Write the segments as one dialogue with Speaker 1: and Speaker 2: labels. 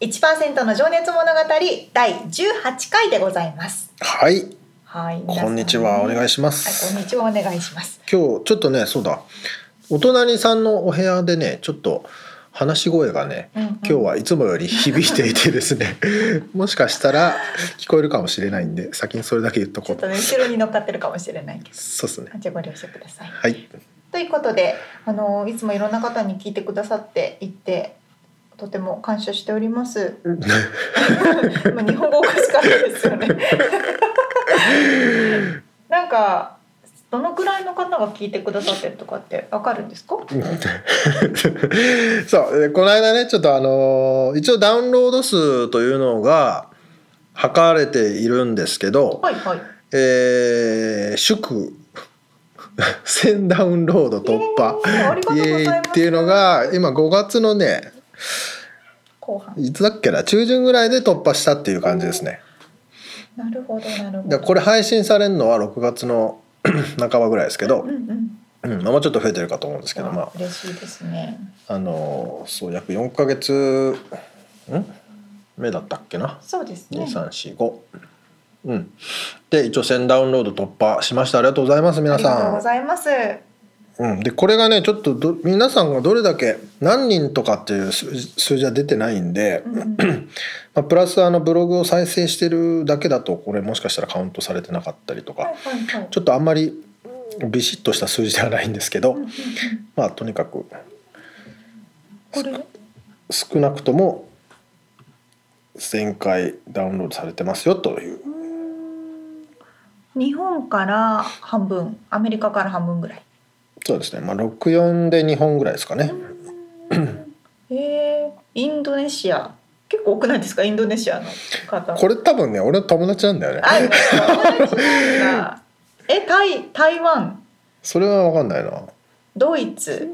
Speaker 1: 1%の情熱物語第18回でございます。
Speaker 2: はい。
Speaker 1: はい、皆さ
Speaker 2: こんにちは。お願い
Speaker 1: し
Speaker 2: しま
Speaker 1: はい、
Speaker 2: す。
Speaker 1: こんにちはお願いします。
Speaker 2: 今日ちょっとね、そうだ。お隣さんのお部屋でね、ちょっと話し声がね、
Speaker 1: うんうん
Speaker 2: 今日はいつもより響いていてですね、 もしかしたら聞こえるかもしれないんで、先にそれだけ言っと
Speaker 1: ちょ
Speaker 2: こ
Speaker 1: っと
Speaker 2: う。
Speaker 1: ね後ろに乗っかってるかもしれないけど、
Speaker 2: そうですね。
Speaker 1: じゃあご了承ください。
Speaker 2: はい。
Speaker 1: ということで、あのいつもいろんな方に聞いてくださっていて、とても感謝しており ます。まあ日本語おかしかったですよね。 なんかどのくらいの方が聞いてくださってるとかってわかるんですか？
Speaker 2: そう、えこの間ね、ちょっとあのー一応ダウンロード数というのが測れているんですけど、
Speaker 1: はいはい。
Speaker 2: えー、祝1000ダウンロード突破
Speaker 1: イエーイありがとうございます
Speaker 2: イエーイっていうのが今5月のね
Speaker 1: 後半。
Speaker 2: いつだっけな中旬ぐらいで突破したっていう感じですね
Speaker 1: なるほどなるほ
Speaker 2: で
Speaker 1: ど。
Speaker 2: これ配信されるのは6月の 半ばぐらいですけど
Speaker 1: うん、うん。
Speaker 2: うんまあもうちょっと増えてるかと思うんですけどまあ
Speaker 1: 嬉しいですね。
Speaker 2: あのーそう約4ヶ月ん目だったっけな
Speaker 1: そうですね。
Speaker 2: 2345うんで一応1000ダウンロード突破しましたありがとうございます皆
Speaker 1: ありがと
Speaker 2: さ
Speaker 1: うんございます。
Speaker 2: うん、でこれがねちょっとど皆さんがどれだけ何人とかっていう数字数字は出てないんで、
Speaker 1: うんうん
Speaker 2: まあ、プラスあのブログを再生してるだけだとこれもしかしたらカウントされてなかったりとか、
Speaker 1: はいはいはい
Speaker 2: ちょっとあんまりビシッとした数字ではないんですけど、
Speaker 1: うんうんうん
Speaker 2: まあとにかく
Speaker 1: これ
Speaker 2: 少なくとも1,000回ダウンロードされてますよという
Speaker 1: うーん日本から半分、アメリカから半分ぐらい。
Speaker 2: そうですね、まあ、64で2本ぐらいですかね。
Speaker 1: えー、インドネシア結構多くないですかインドネシアの方。
Speaker 2: これ多分ね俺の友達なんだよね。
Speaker 1: あ、友達 なんだえ、タイ、台湾、
Speaker 2: それは分かんないな。
Speaker 1: ドイツ、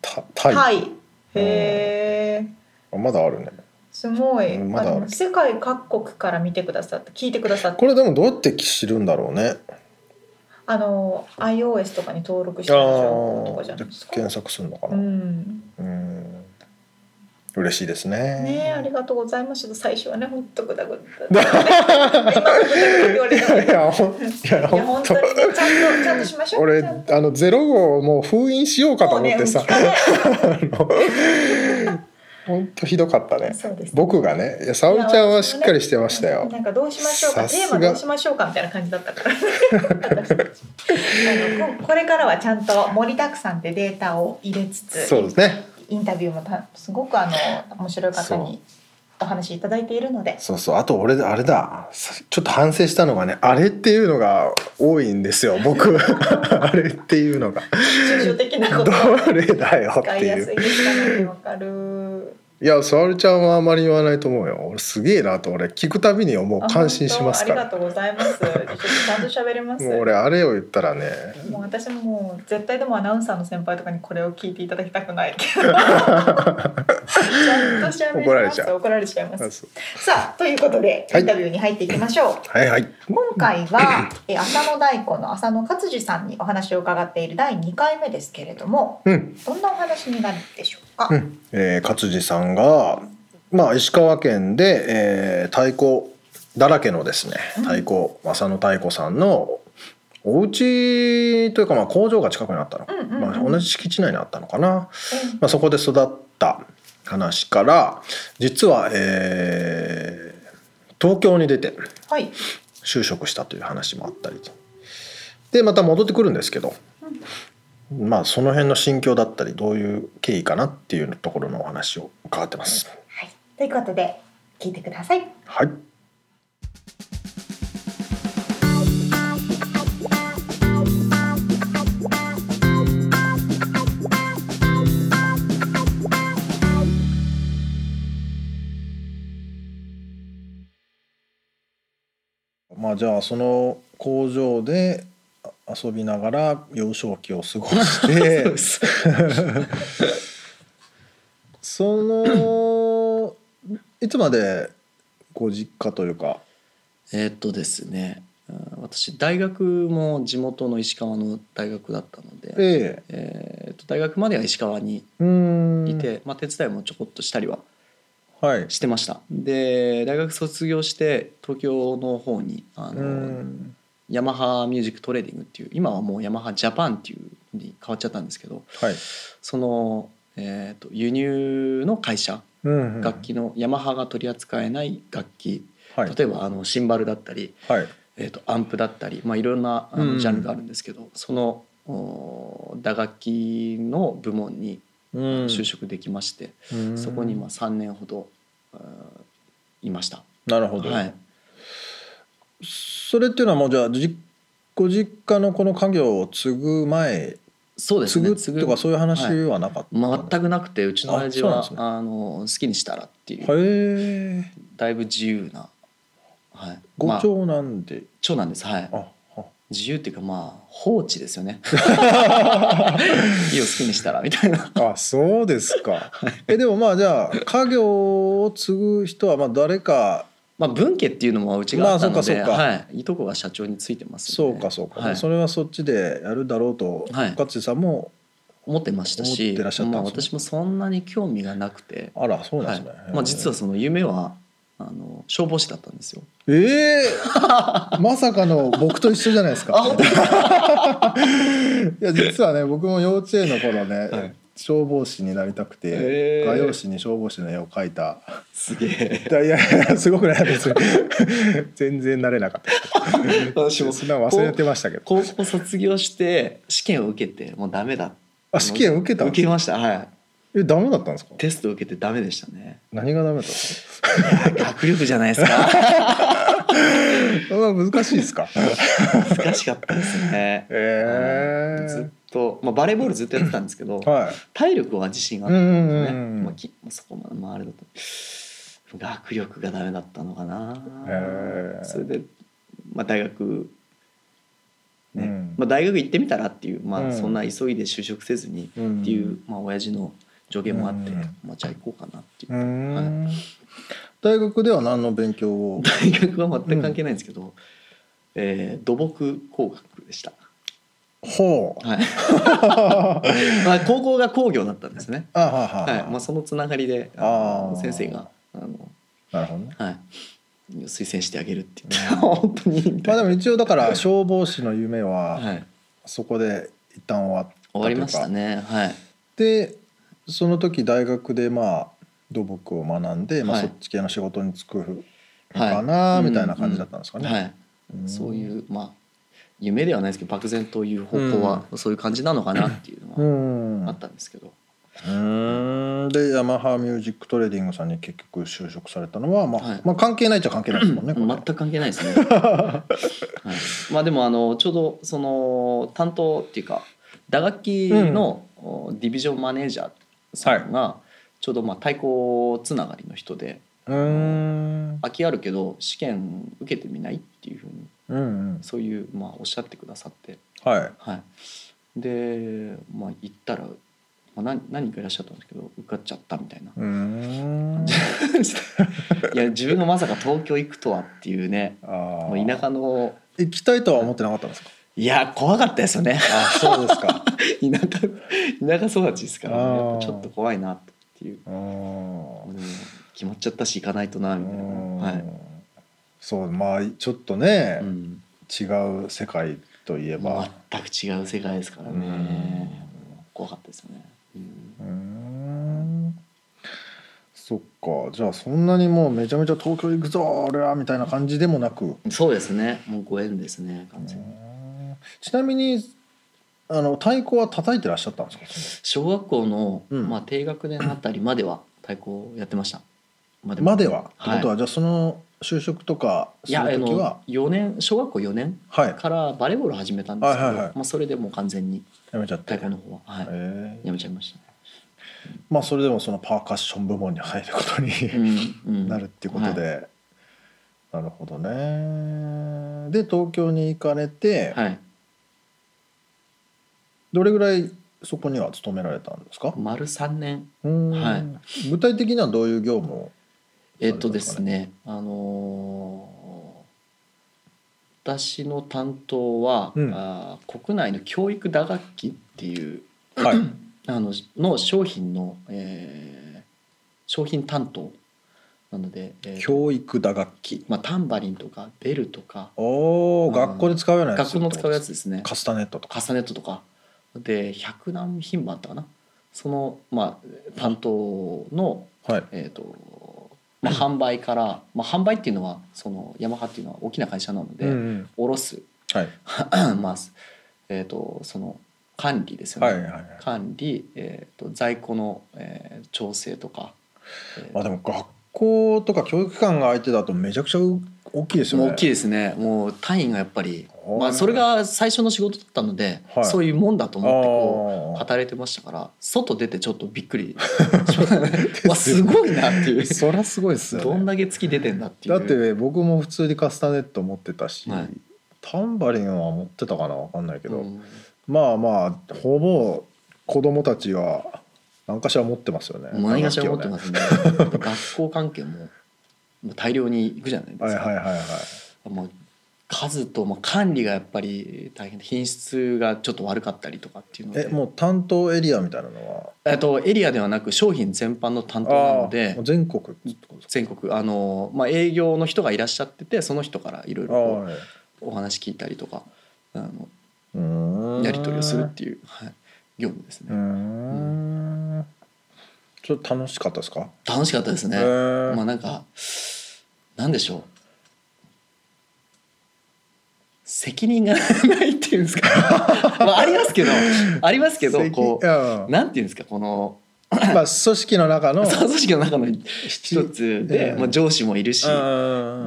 Speaker 2: たタイ
Speaker 1: タイ。へー。
Speaker 2: まだあるね。
Speaker 1: すごい、
Speaker 2: うんまだ
Speaker 1: あの世界各国から見てくださって聞いてくださって
Speaker 2: これでもどうやって知るんだろうね。
Speaker 1: あの iOS とかに登録してる情報と
Speaker 2: あ
Speaker 1: かじゃ
Speaker 2: あ
Speaker 1: ないです、か
Speaker 2: 検索するのか
Speaker 1: う
Speaker 2: な。
Speaker 1: ん
Speaker 2: うん。嬉しいですね。
Speaker 1: ねえありがとうございますちょっと最初はねほんとグダグ ダだったね今のグダグダ言われた
Speaker 2: いや、ほん、いや、
Speaker 1: いや
Speaker 2: ほ
Speaker 1: 本
Speaker 2: んと
Speaker 1: 当。にねちゃんとちゃんとしましょう
Speaker 2: 俺、
Speaker 1: ちゃん
Speaker 2: あのゼロ号をもう封印しようか
Speaker 1: と
Speaker 2: と思ってさ
Speaker 1: も。うねうん聞かない
Speaker 2: 本当ひどかったね。
Speaker 1: そうですね
Speaker 2: 僕がね、いや、沙織ちゃんはしっかりしてましたよ。
Speaker 1: なんかどうしましょうか
Speaker 2: さす
Speaker 1: テ
Speaker 2: が
Speaker 1: ーマどうしましょうかみたいな感じだった から私たちあのここれからはちゃんと盛りだくさんでデータを入れつつ
Speaker 2: そうですね。
Speaker 1: インタビューもたすごくあの面白い方にお話しいただいているので
Speaker 2: そうそう、あと俺、あれだ。さちょっと反省したのがね、あれっていうのが多いんですよ。 僕、あれっていうのが。
Speaker 1: 抽象的なことを
Speaker 2: どれだよっ
Speaker 1: 使
Speaker 2: て
Speaker 1: い
Speaker 2: い
Speaker 1: や
Speaker 2: う
Speaker 1: す。いですかねわかる
Speaker 2: いや、沙織ちゃんはあまり言わないと思うよ。俺すげえなと、俺聞くたびに思う。
Speaker 1: あ
Speaker 2: 感心しますか
Speaker 1: 本
Speaker 2: ら。
Speaker 1: 当ありがとうございますちょっとちゃんと喋れます
Speaker 2: もう俺あれを言っ たらね。
Speaker 1: もう私ももう絶対でもアナウンサーの先輩とかにこれを聞いていただきたくない けどちゃんと喋り
Speaker 2: 怒られ
Speaker 1: ま
Speaker 2: ち
Speaker 1: す
Speaker 2: ゃう
Speaker 1: 怒られちゃいま
Speaker 2: あ
Speaker 1: す
Speaker 2: そう
Speaker 1: さあということでイ
Speaker 2: はい
Speaker 1: ンタビューに入っていきましょう、
Speaker 2: はいはい。
Speaker 1: 今回はえ浅野大子の浅野勝次さんにお話を伺っている第2回目ですけれども
Speaker 2: うん。
Speaker 1: どんなお話になるでしょうか。
Speaker 2: うん。えー勝地さんが、まあ、石川県で、えー太鼓だらけのですね、太鼓、浅野太鼓さんのお家というか、まあ、工場が近くにあったの。
Speaker 1: うんうんうん
Speaker 2: まあ、同じ敷地内にあったのかな。
Speaker 1: え
Speaker 2: まあ、そこで育った話から実は、えー東京に出て
Speaker 1: はい。
Speaker 2: 就職したという話もあったりとでまた戻ってくるんですけど、まあその辺の心境だったりどういう経緯かなっていうところのお話を伺ってます。
Speaker 1: はい、ということで聞いてください。
Speaker 2: はいまあじゃあその工場であ遊びながら幼少期を過ごして そのいつまでご実家というか
Speaker 3: えーっとですねうん私大学も地元の石川の大学だったので、
Speaker 2: え
Speaker 3: えーっと大学までは石川に
Speaker 2: えうん
Speaker 3: いて、まあ、手伝いもちょこっとしたりは
Speaker 2: はい
Speaker 3: してましたで大学卒業して東京の方にあ
Speaker 2: う
Speaker 3: の
Speaker 2: ん
Speaker 3: ヤマハミュージックトレーディングっていう今はもうヤマハジャパンっていうのに変わっちゃったんですけど
Speaker 2: はい、
Speaker 3: その、えー、と輸入の会社
Speaker 2: うん
Speaker 3: 楽器のヤマハが取り扱えない楽器
Speaker 2: はい
Speaker 3: 例えばあのシンバルだったり、
Speaker 2: はい
Speaker 3: えー、とアンプだったり、まあ、いろんなあ
Speaker 2: うん
Speaker 3: のジャンルがあるんですけど、そのお打楽器の部門に
Speaker 2: うん
Speaker 3: 就職できまして、
Speaker 2: うん
Speaker 3: そこにまあ3年ほど、あーいました。
Speaker 2: なるほど、
Speaker 3: はい、
Speaker 2: それっていうのはもうじゃあじご実家のこの家業を継ぐ前
Speaker 3: そうです
Speaker 2: 継
Speaker 3: ね
Speaker 2: ぐとかそういう話はなかったの、
Speaker 3: 全くなくてうちの親父
Speaker 2: あ
Speaker 3: は
Speaker 2: そ
Speaker 3: あ、
Speaker 2: う
Speaker 3: の好きにしたらっていう、
Speaker 2: へえ
Speaker 3: だいぶ自由な、はい、ま
Speaker 2: ご
Speaker 3: あ
Speaker 2: 長男で、
Speaker 3: 長男ですはい
Speaker 2: ああ
Speaker 3: 自由っていうかまあ放置です よね家を好きにしたらみたいな
Speaker 2: あそうですか。えでもまあじゃあ家業を継ぐ人はまあ誰か
Speaker 3: まあ文家っていうのもうちがあったので、
Speaker 2: まあそうかそうか
Speaker 3: はい、いとこが社長についてます
Speaker 2: そ
Speaker 3: んで
Speaker 2: うかそうか、
Speaker 3: はい、
Speaker 2: それはそっちでやるだろうと
Speaker 3: はい
Speaker 2: 勝地さんも、
Speaker 3: 思ってました
Speaker 2: 思っ
Speaker 3: して
Speaker 2: らっしゃったんですね
Speaker 3: まあ、私もそんなに興味がなくて、
Speaker 2: あらそうなんですね。
Speaker 3: はいまあ、実はその夢はあの消防士だったんですよ
Speaker 2: ええ まさかの僕と一緒じゃ ないですか。いや実はね僕も幼稚園の頃ね、
Speaker 3: はい
Speaker 2: 消防士になりたくて、
Speaker 3: へー
Speaker 2: 画用紙に消防士の絵を描いた。
Speaker 3: すげえ
Speaker 2: いやいやすごくないです。 全然慣れなかった。
Speaker 3: 私
Speaker 2: そんなの忘れてましたけど。
Speaker 3: 高校卒業して試験を受けてもうダメだ
Speaker 2: あ試験受けたんです
Speaker 3: 受けましたはい
Speaker 2: えダメだったんですか
Speaker 3: テスト受けてダメでしたね
Speaker 2: 何がダメだったんです
Speaker 3: 学力じゃないです か
Speaker 2: かうわ難しい ですか
Speaker 3: 難しかったですね
Speaker 2: え
Speaker 3: ず
Speaker 2: え
Speaker 3: っと、まあ、バレーボールずっとやってたんですけど
Speaker 2: はい
Speaker 3: 体力は自信があ
Speaker 2: う
Speaker 3: ったん
Speaker 2: んう
Speaker 3: で
Speaker 2: んう
Speaker 3: すね、
Speaker 2: んう
Speaker 3: まあ、
Speaker 2: ん
Speaker 3: きそこまで、まあ、あれだと学力がダメだったのかな、
Speaker 2: へえ
Speaker 3: それで、まあ、大学ね
Speaker 2: うん
Speaker 3: まあ、大学行ってみたらっていう、ま
Speaker 2: う
Speaker 3: あ、
Speaker 2: ん
Speaker 3: そんな急いで就職せずにっていう、まあ親父の助言もあって、
Speaker 2: うん
Speaker 3: まあ、じゃあ行こうかなっていう
Speaker 2: う、ん大学では何の勉強を
Speaker 3: 大学は全く関係ないんですけど、えー土木工学でした、
Speaker 2: ほう
Speaker 3: はい まあ、高校が工業だったんですね、
Speaker 2: あはは
Speaker 3: はいまあ、そのつながりで
Speaker 2: あー
Speaker 3: あの先生があの、
Speaker 2: なるほどね
Speaker 3: はい、推薦してあげるって言って、本当にみた
Speaker 2: ま
Speaker 3: い
Speaker 2: あ
Speaker 3: な、
Speaker 2: でも一応だから消防士の夢は
Speaker 3: はい、
Speaker 2: そこで一旦終わった
Speaker 3: 終わりました
Speaker 2: ね
Speaker 3: ねはい
Speaker 2: でその時大学でまあ土木を学んでまあ
Speaker 3: はい
Speaker 2: そっち系の仕事に就くのかなみたいな感じだったんですかね
Speaker 3: はい、
Speaker 2: ん
Speaker 3: そういうまあ夢ではないですけど漠然という方向はそういう感じなのかなっていう
Speaker 2: う
Speaker 3: の
Speaker 2: ん
Speaker 3: はあったんですけど、
Speaker 2: うーんでヤマハミュージックトレーディングさんに結局就職されたのは、まあ
Speaker 3: はい
Speaker 2: まあ、関係ないっちゃ関係ないですもんね。これ
Speaker 3: 全く関係ないです ね、はい、まあでもあのちょうどその担当っていうか打楽器のおディビジョンマネージャーさんがちょうどまあ太鼓つながりの人で
Speaker 2: うーん
Speaker 3: 空きあるけど試験受けてみないっていうふうに
Speaker 2: うんうん
Speaker 3: そういうまあおっしゃってくださって
Speaker 2: はい
Speaker 3: はい、で、まあ、行ったら、まあ、何何人かいらっしゃったんですけど受かっちゃったみ たいな
Speaker 2: うーん
Speaker 3: いや自分がまさか東京行くとはっていうね
Speaker 2: あ
Speaker 3: も
Speaker 2: ー
Speaker 3: う田舎の
Speaker 2: 行きたいとは思ってなかったんです か
Speaker 3: いや怖かったですよね
Speaker 2: あそうですか
Speaker 3: 田舎田舎育ちですから、
Speaker 2: あ
Speaker 3: ね、
Speaker 2: ー
Speaker 3: やっぱちょっと怖いなっていう
Speaker 2: うーん
Speaker 3: うん決まっちゃったし行かないとなみたいなはい、
Speaker 2: そうまあちょっとね、
Speaker 3: うん、
Speaker 2: 違う世界といえば
Speaker 3: 全く違う世界ですからね怖かったですよね、うん
Speaker 2: うーんそっかじゃあそんなにもうめちゃめちゃ東京行くぞ俺はみたいな感じでもなく
Speaker 3: そうですねもうご縁ですね完全に
Speaker 2: うーんちなみにあの太鼓は叩いてらっしゃったんですかそ
Speaker 3: 小学校の、
Speaker 2: うん
Speaker 3: まあ、低学年あたりまでは太鼓をやってましたま
Speaker 2: のまでは、
Speaker 3: はい
Speaker 2: ってことはじゃあその就職とか
Speaker 3: い
Speaker 2: する
Speaker 3: やあ
Speaker 2: 時
Speaker 3: の
Speaker 2: は
Speaker 3: 4年小学校4年
Speaker 2: はい
Speaker 3: からバレーボール始めたんですけど、
Speaker 2: はいはいはい
Speaker 3: まあ、それでもう完全に
Speaker 2: やめちゃって
Speaker 3: 太鼓の方は、はい
Speaker 2: ええ
Speaker 3: やめちゃいまし
Speaker 2: まあそれでもそのパーカッション部門に入ることに、
Speaker 3: た、うんうん、
Speaker 2: なるっていうことで、
Speaker 3: は
Speaker 2: なるほどねで東京に行かれて、
Speaker 3: い、はい
Speaker 2: どれぐらいそこには勤められたんですか、
Speaker 3: 丸3年
Speaker 2: うーん
Speaker 3: は
Speaker 2: 具体的にはどういう業務を
Speaker 3: えっとですねあのー私の担当は、
Speaker 2: うん
Speaker 3: あー国内の教育打楽器っていう
Speaker 2: はい
Speaker 3: あのの商品の、えー商品担当なので、えー
Speaker 2: 教育打楽器
Speaker 3: まあ、タンバリンとかベルとか
Speaker 2: おお
Speaker 3: うん
Speaker 2: 学校で使うようなやつ
Speaker 3: 学校の使うやつですね
Speaker 2: カスタネットとか
Speaker 3: カスタネットとかで100何品もあったかなその、まあ、担当の、
Speaker 2: はい
Speaker 3: えーとまあ、販売から、まあ、販売っていうのはそのヤマハっていうのは大きな会社なので、
Speaker 2: うんうん
Speaker 3: 卸す、
Speaker 2: はい
Speaker 3: まあえー、とその管理ですよね、
Speaker 2: はいはいはい
Speaker 3: 管理、えー、と在庫の、えー調整とか、えー
Speaker 2: まあでも学校とか教育機関が相手だとめちゃくちゃ大きいですよ
Speaker 3: も
Speaker 2: ね
Speaker 3: う大きいですねもう単位がやっぱり
Speaker 2: おー
Speaker 3: まあ、それが最初の仕事だったので、
Speaker 2: はい
Speaker 3: そういうもんだと思ってこう
Speaker 2: あー
Speaker 3: 働いてましたから外出てちょっとびっ くりわすごいなっていう
Speaker 2: そりゃすごいですよね
Speaker 3: どんだけ月出てんだっていう
Speaker 2: だって僕も普通にカスタネット持ってたし、
Speaker 3: はい
Speaker 2: タンバリンは持ってたかな分かんないけど、
Speaker 3: うん
Speaker 2: まあまあほぼ子供たちは何かしら持ってますよね。
Speaker 3: 何がしら持って
Speaker 2: 打楽器をね
Speaker 3: ますね学校関係ももう大量に行くじゃないですか、
Speaker 2: はいはいはいはい。
Speaker 3: もう数と、まあ、管理がやっぱり大変で品質がちょっと悪かったりとかっていうので
Speaker 2: えもう担当エリアみたいなのは
Speaker 3: えっと、エリアではなく商品全般の担当なので
Speaker 2: あー全国ってことです
Speaker 3: 全国あの、まあ、営業の人がいらっしゃっててその人からいろい
Speaker 2: か。あー
Speaker 3: ろ
Speaker 2: はい
Speaker 3: お話聞いたりとかあの
Speaker 2: うーん
Speaker 3: やり取りをするっていう、はい、業務です
Speaker 2: うー
Speaker 3: ね。
Speaker 2: ん。ちょっと楽しかったですか。
Speaker 3: 楽しかったです
Speaker 2: え
Speaker 3: ね。
Speaker 2: ー
Speaker 3: まあなんかなんでしょう責任がないっていうんですか まあありますけどありますけどこ
Speaker 2: いや
Speaker 3: う なんていうんですかこの
Speaker 2: まあ組織の中の
Speaker 3: 組織の中の一つで、
Speaker 2: うん
Speaker 3: まあ、上司もいるし、
Speaker 2: う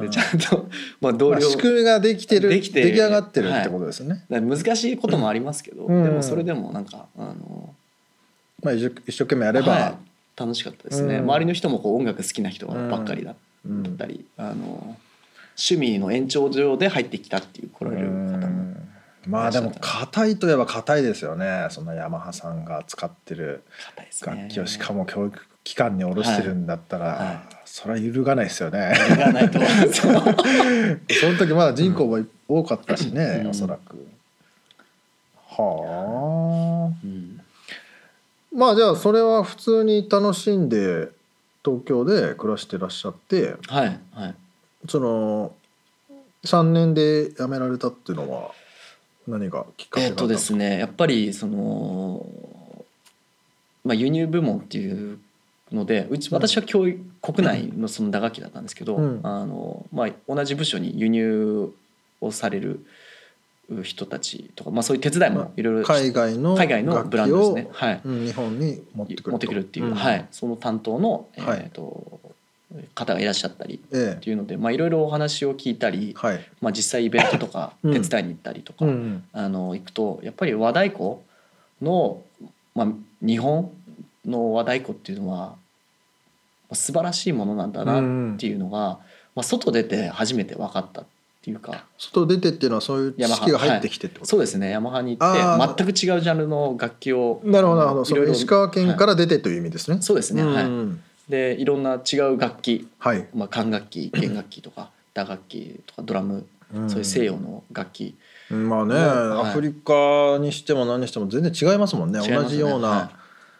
Speaker 2: ん
Speaker 3: でちゃんと、 まあ、同
Speaker 2: まあ
Speaker 3: 僚、
Speaker 2: 仕組みができてる
Speaker 3: できて
Speaker 2: 出来上がってるってことですね、
Speaker 3: だから難しいこともありますけど、
Speaker 2: うん
Speaker 3: でもそれでもなんかあの
Speaker 2: まあ、一生一生懸命やれば、
Speaker 3: はい楽しかったですね、
Speaker 2: うん
Speaker 3: 周りの人もこう音楽好きな人ばっかりだ
Speaker 2: う
Speaker 3: だっ
Speaker 2: ん
Speaker 3: たり、あの趣味の延長上で入ってきたっていう来られる方も、
Speaker 2: まあでも硬いといえば硬いですよねそのヤマハさんが使ってる
Speaker 3: 硬いですね。
Speaker 2: 楽器をし かも教育機関に卸してるんだったら、
Speaker 3: はいはい
Speaker 2: それは揺るがないですよね
Speaker 3: いらないと思いますよ
Speaker 2: その時まだ人口も多かったしね、
Speaker 3: うん
Speaker 2: おそらく。はあ
Speaker 3: うん
Speaker 2: まあじゃあそれは普通に楽しんで東京で暮らしてらっしゃって
Speaker 3: はいはい。
Speaker 2: その3年で辞められたっていうのは何がきっかけ
Speaker 3: え
Speaker 2: だ
Speaker 3: っ
Speaker 2: った
Speaker 3: と
Speaker 2: んで
Speaker 3: ですす
Speaker 2: か、
Speaker 3: ねやっぱりその、まあ、輸入部門っていうのでうち
Speaker 2: うん
Speaker 3: 私は教育国内のその打楽器だったんですけど、
Speaker 2: うん
Speaker 3: あのまあ、同じ部署に輸入をされる人たちとか、まあ、そういう手伝いもいろいろ
Speaker 2: 海外の
Speaker 3: 海外のブランドですね。はい、
Speaker 2: うん日本に持ってくると
Speaker 3: 持ってくるっていう、
Speaker 2: ん
Speaker 3: はい、その担当の、え
Speaker 2: はい
Speaker 3: ー、と方がいらっしゃったり
Speaker 2: え
Speaker 3: っ
Speaker 2: え
Speaker 3: ていうのでまあいろいろお話を聞いたり、
Speaker 2: はい、
Speaker 3: まあ、実際イベントとか
Speaker 2: うん
Speaker 3: 手伝いに行ったりとか、
Speaker 2: うん
Speaker 3: あの行くとやっぱり和太鼓の、まあ、日本の和太鼓っていうのはまあ素晴らしいものなんだなっていうのが、まあ、外出て初めて分かったっていうか
Speaker 2: 外出てっていうのはそういう知識が入ってきてってこと、
Speaker 3: そうですねヤマハに
Speaker 2: あ
Speaker 3: 行
Speaker 2: ー
Speaker 3: って全く違うジャンルの楽器を
Speaker 2: なるほどなるほどそ
Speaker 3: いろい
Speaker 2: の
Speaker 3: ろ
Speaker 2: 石川県から出てという意味ですね、
Speaker 3: そうですね、はい
Speaker 2: うん
Speaker 3: でいろんな違う楽器、
Speaker 2: はい、
Speaker 3: まあ、管楽器弦楽器とか打楽器とかドラム、
Speaker 2: ん
Speaker 3: そういう西洋の楽器、
Speaker 2: うんまあね、
Speaker 3: はい
Speaker 2: アフリカにしても何にしても全然違いますもんね
Speaker 3: 違いますね
Speaker 2: 同じような、
Speaker 3: はい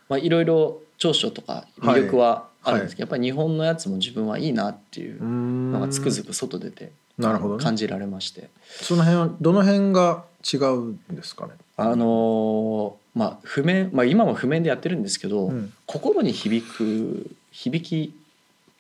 Speaker 3: まあ、いろいろ長所とか魅力はあるんですけど、やっぱり日本のやつも自分はいいなっていううんのがつくづく外出て
Speaker 2: なるほどね
Speaker 3: 感じられまして、
Speaker 2: その辺はどの辺が違うんですかね
Speaker 3: あのーまあ譜面、まあ、今も譜面でやってるんですけど、
Speaker 2: うん
Speaker 3: 心に響く響き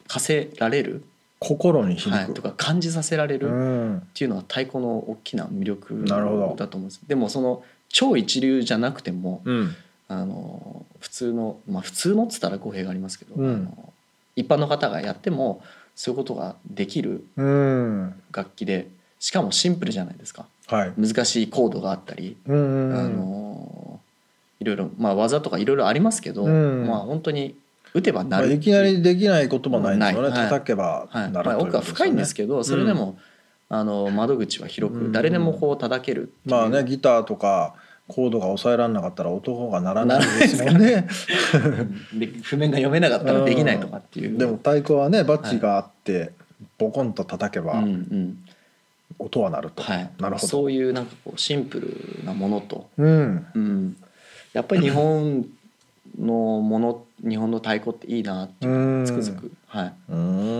Speaker 3: かせられる
Speaker 2: 心に響く、
Speaker 3: はい、とか感じさせられ
Speaker 2: う
Speaker 3: るっ
Speaker 2: ん、
Speaker 3: ていうのは太鼓の大きな魅力
Speaker 2: なるほど
Speaker 3: だと思うんですでもその超一流じゃなくても
Speaker 2: うん、
Speaker 3: あの普通のまあ普通のっつったら語弊がありますけど、
Speaker 2: うん
Speaker 3: あの一般の方がやってもそういうことができる
Speaker 2: うん、
Speaker 3: 楽器でしかもシンプルじゃないですか
Speaker 2: はい、
Speaker 3: 難しいコードがあったり、
Speaker 2: うんうんうん
Speaker 3: あのいろいろ、まあ、技とかいろいろありますけど、
Speaker 2: うん
Speaker 3: まあ本当に打てば
Speaker 2: ま
Speaker 3: な
Speaker 2: あ、
Speaker 3: るってう
Speaker 2: いきなりできないこともないですよね、
Speaker 3: ないはい
Speaker 2: 叩けば
Speaker 3: はい
Speaker 2: な
Speaker 3: ま
Speaker 2: る
Speaker 3: あ、
Speaker 2: という
Speaker 3: 奥
Speaker 2: こ
Speaker 3: は
Speaker 2: と
Speaker 3: 深いんです
Speaker 2: け
Speaker 3: けどそれでも、あの窓口は広
Speaker 2: う
Speaker 3: く
Speaker 2: ん
Speaker 3: 誰でもこう叩けるっていう
Speaker 2: まあねギターとかコードが抑えられなかったら男がならないですもん
Speaker 3: なら
Speaker 2: ね
Speaker 3: で譜面が読めなかったらできないとかってい う、
Speaker 2: でも太鼓はねバッジがあって、ボコンと叩け
Speaker 3: う
Speaker 2: ば
Speaker 3: んうん
Speaker 2: 音は鳴ると、
Speaker 3: はい、
Speaker 2: なるほど
Speaker 3: そういうなんかこうシンプルなものと、
Speaker 2: うん
Speaker 3: うん、やっぱり日本のもの日本の太鼓っていいなって
Speaker 2: うん
Speaker 3: つくづく、はい、
Speaker 2: う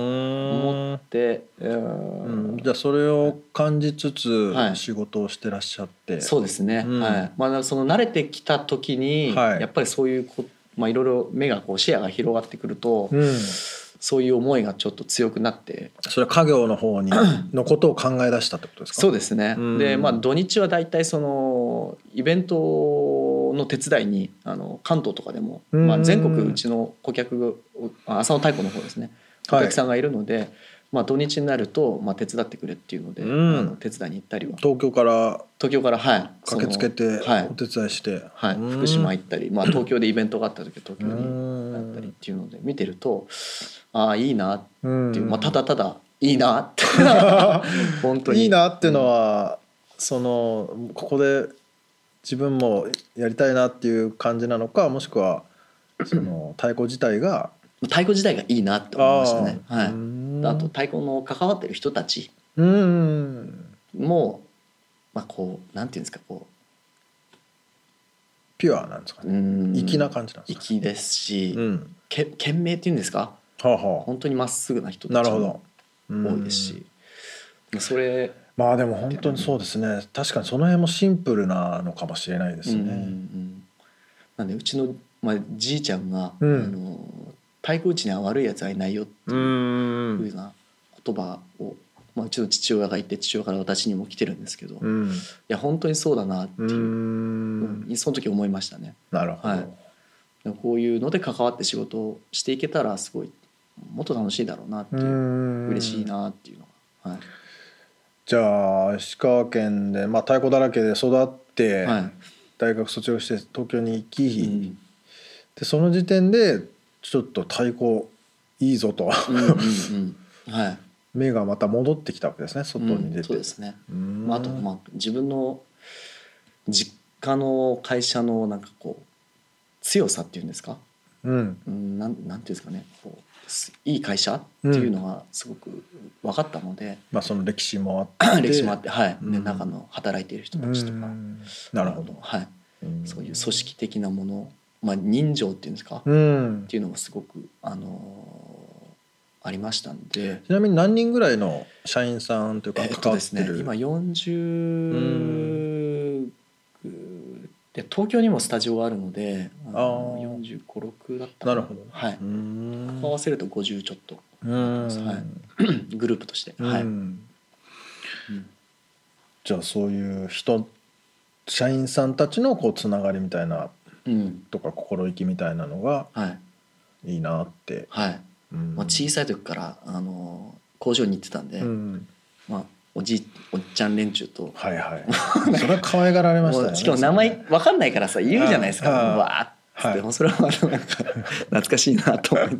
Speaker 2: ーん
Speaker 3: で、う
Speaker 2: うん
Speaker 3: ん
Speaker 2: じゃあそれを感じつつ、
Speaker 3: はい
Speaker 2: 仕事をしてらっしゃって
Speaker 3: そうですね、
Speaker 2: うん
Speaker 3: はいまあ、その慣れてきた時に、
Speaker 2: はい
Speaker 3: やっぱりそういうこまあ、いろいろ目がこう視野が広がってくると、
Speaker 2: うん、
Speaker 3: そういう思いがちょっと強くなって
Speaker 2: それは家業の方 にのことを考え出したってことですか
Speaker 3: そう
Speaker 2: う
Speaker 3: ですね、
Speaker 2: うん
Speaker 3: で、まあ、土日は大体そのイベントの手伝いにあの関東とかでも、
Speaker 2: うん
Speaker 3: まあ、全国うちの顧客が浅野太鼓の方ですねお
Speaker 2: はい
Speaker 3: 客さんがいるので、まあ、土日になると、まあ、手伝ってくれっていうので、
Speaker 2: うん
Speaker 3: あの手伝いに行ったりは
Speaker 2: 東京から
Speaker 3: 東京からはい
Speaker 2: 駆けつけて
Speaker 3: そのはい
Speaker 2: お手伝いして、
Speaker 3: はい、
Speaker 2: うん
Speaker 3: 福島行ったり、まあ、東京でイベントがあった時は東京に
Speaker 2: う
Speaker 3: あ
Speaker 2: ん
Speaker 3: ったりっていうので見てるとああいいなっ
Speaker 2: うん
Speaker 3: ていう、まあ、ただただいい なって本当に
Speaker 2: いいなっていうのは、そのここで自分もやりたいなっていう感じなのかもしくはその太鼓自体が
Speaker 3: 太鼓自体がいいなって思いましたね。は
Speaker 2: う
Speaker 3: い、
Speaker 2: ん
Speaker 3: あと太鼓の関わってる人たち
Speaker 2: うん
Speaker 3: も、まあ、こうなんていうんですかこ
Speaker 2: ピュアなんですか
Speaker 3: う
Speaker 2: ね
Speaker 3: うん
Speaker 2: 粋な感じなんですかね
Speaker 3: 粋ですし、
Speaker 2: うん
Speaker 3: け賢明っていうんですか
Speaker 2: はあは
Speaker 3: 本当にまっすぐな人
Speaker 2: あな
Speaker 3: た
Speaker 2: る
Speaker 3: ち
Speaker 2: ほど
Speaker 3: も多いです
Speaker 2: うん
Speaker 3: し、まあそれ、
Speaker 2: まあでも本当にそうですね確かにその辺もシンプルなのかもしれないです
Speaker 3: うんうんう
Speaker 2: ね
Speaker 3: んなんでうちの、まあ、じいちゃんが、
Speaker 2: うん
Speaker 3: あの太鼓打ちには悪いやつはいないよって
Speaker 2: う
Speaker 3: いうふうな言葉を、まあ、うちの父親がいて父親から私にも来てるんですけど、い
Speaker 2: ん
Speaker 3: や本当にそうだなって
Speaker 2: う
Speaker 3: いう。
Speaker 2: ん
Speaker 3: うんその時思いましたね
Speaker 2: なるほ
Speaker 3: は
Speaker 2: ど
Speaker 3: いこういうので関わって仕事をしていけたらすごいもっと楽しいだろうなっていう、
Speaker 2: 嬉
Speaker 3: 嬉しいなっていうのがは
Speaker 2: じゃあ石川県で、まあ、太鼓だらけで育って、
Speaker 3: い、は
Speaker 2: 大学卒業して東京に行き、
Speaker 3: い、う
Speaker 2: で
Speaker 3: ん
Speaker 2: その時点でちょっと太鼓いいぞと
Speaker 3: うんうんうんはい
Speaker 2: 目がまた戻ってきたわけですね外に
Speaker 3: う
Speaker 2: 出
Speaker 3: ん
Speaker 2: て、
Speaker 3: そうですね、
Speaker 2: うーん
Speaker 3: まあ、あとまあ自分の実家の会社のなんかこう強さっていうんですか
Speaker 2: うん
Speaker 3: うんなんなんていうんですかねこうすいい会社っていうのがすごく分かったので、
Speaker 2: まあ、その歴史もあって
Speaker 3: 歴史もあってはい、
Speaker 2: うん
Speaker 3: で中の働いている人
Speaker 2: う
Speaker 3: たちとか、
Speaker 2: んなるほど、
Speaker 3: はいそういう組
Speaker 2: ん
Speaker 3: 織的なもの、まあ、人情っていうんですか、っ
Speaker 2: うん
Speaker 3: ていうのがすごく、あのーありましたんで。
Speaker 2: ちなみに何人ぐらいの社員さんというか
Speaker 3: えっ
Speaker 2: 関
Speaker 3: と
Speaker 2: わ
Speaker 3: で
Speaker 2: っ
Speaker 3: す
Speaker 2: て
Speaker 3: ね
Speaker 2: る、、
Speaker 3: 今40で東京にもスタジオがあるのであの
Speaker 2: あー
Speaker 3: 45、6だった
Speaker 2: な
Speaker 3: か
Speaker 2: るほど
Speaker 3: はいう
Speaker 2: ー、ん
Speaker 3: 合わせると50ちょっと
Speaker 2: うーん
Speaker 3: はいグループとして、はい、
Speaker 2: う
Speaker 3: うん
Speaker 2: んじゃあそういう人社員さんたちのこうつながりみたいな
Speaker 3: うん
Speaker 2: とか心意気みたいなのが
Speaker 3: はい
Speaker 2: いいなって、
Speaker 3: はい
Speaker 2: うん
Speaker 3: まあ、小さい時から、あのー工場に行ってたんで、
Speaker 2: うん、
Speaker 3: まあ、おじいおっちゃん連中と
Speaker 2: はいはい それは可愛がられました
Speaker 3: も
Speaker 2: よ
Speaker 3: う
Speaker 2: ね
Speaker 3: しかも名前わかんないからさ言うじゃないですか
Speaker 2: はいはい
Speaker 3: わーっつって、
Speaker 2: はい
Speaker 3: もうそれはなんか懐かしいなと 思って